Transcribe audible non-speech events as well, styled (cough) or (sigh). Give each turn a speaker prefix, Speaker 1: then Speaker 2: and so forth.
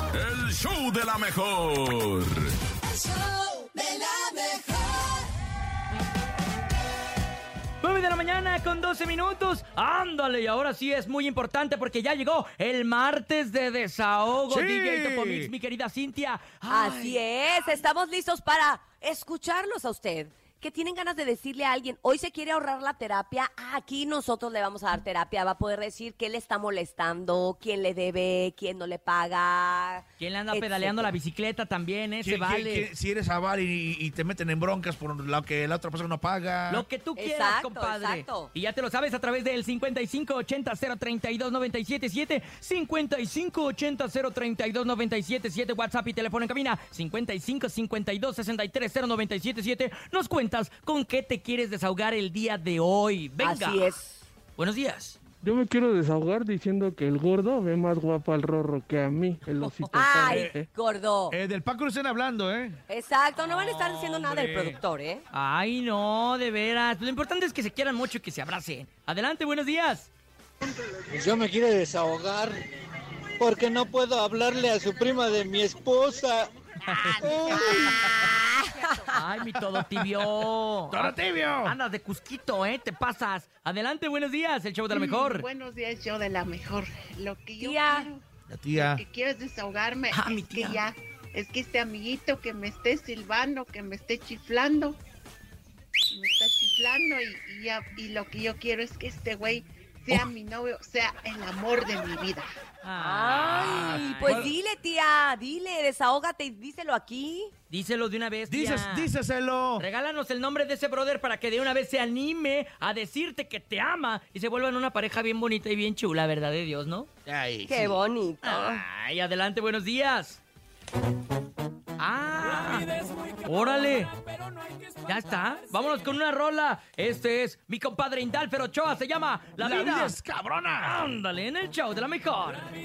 Speaker 1: El show de la mejor.
Speaker 2: El show de la mejor.
Speaker 3: 9 de la mañana con 12 minutos. Ándale, y ahora sí es muy importante porque ya llegó el martes de desahogo,
Speaker 4: Sí.
Speaker 3: DJ Topomix, mi querida Cintia.
Speaker 5: Así es, estamos listos para escucharlos a usted. Que tienen ganas de decirle a alguien, hoy se quiere ahorrar la terapia, ah, aquí nosotros le vamos a dar terapia, va a poder decir qué le está molestando, quién le debe, quién no le paga.
Speaker 3: ¿Quién le anda pedaleando la
Speaker 5: etcétera.
Speaker 3: bicicleta también, eh? Se
Speaker 4: ¿Quién- quién-
Speaker 3: vale.
Speaker 4: quién- si eres aval y, y te meten en broncas por lo que la otra persona no paga.
Speaker 3: Lo que tú quieras,
Speaker 5: Exacto,
Speaker 3: compadre.
Speaker 5: exacto.
Speaker 3: Y ya te lo sabes a través del 5580-032-977, 5580-032-977, WhatsApp y teléfono en cabina, 5552-630977. Nos cuentas con qué te quieres desahogar el día de hoy. Venga.
Speaker 5: Así es.
Speaker 3: Buenos días.
Speaker 6: Yo me quiero desahogar diciendo que el gordo ve más guapo al rorro que a mí,
Speaker 5: (laughs)
Speaker 6: el osito
Speaker 5: Ay,
Speaker 6: Pérez, ¿eh?
Speaker 5: gordo.
Speaker 4: Eh, del Paco no estén hablando, ¿eh?
Speaker 5: Exacto, no van a estar diciendo nada del
Speaker 4: Hombre.
Speaker 5: productor, ¿eh?
Speaker 3: Ay, no, de veras. Lo importante es que se quieran mucho y que se abracen. Adelante, buenos días.
Speaker 7: Pues Yo me quiero desahogar porque no puedo hablarle a su prima de mi esposa.
Speaker 3: Ay, mi todo tibio.
Speaker 4: ¡Toro tibio!
Speaker 3: Andas de cusquito, ¿eh? Te pasas. Adelante, buenos días. El show de la mejor.
Speaker 8: Mm,
Speaker 5: Pues,
Speaker 8: Buenos días, yo de la mejor. Lo que yo
Speaker 5: Tía.
Speaker 8: quiero,
Speaker 4: La tía.
Speaker 8: que quiero es desahogarme.
Speaker 3: Ah, mi
Speaker 8: es que
Speaker 3: tía.
Speaker 8: ya, es que este amiguito que me esté silbando, que me esté chiflando, me está chiflando y, y ya- y lo que yo quiero es que este güey sea mi novio, sea el amor de mi vida.
Speaker 5: Ay, pues
Speaker 3: Ay.
Speaker 5: dile, tía, dile, desahógate y díselo aquí.
Speaker 3: Díselo de una vez, tía.
Speaker 4: Dices, díceselo.
Speaker 3: Regálanos el nombre de ese brother para que de una vez se anime a decirte que te ama y se vuelvan una pareja bien bonita y bien chula, ¿verdad de Dios, no?
Speaker 4: Ay,
Speaker 5: Qué
Speaker 4: sí.
Speaker 5: bonito.
Speaker 3: Ah. Ay, adelante, buenos días. Ah, órale. Ya está. Vámonos con una rola. Este es mi compadre Indalfer Ochoa. Se llama La,
Speaker 4: La Ah,
Speaker 3: vida.
Speaker 4: vida es cabrona.
Speaker 3: Ándale, en el show de la mejor.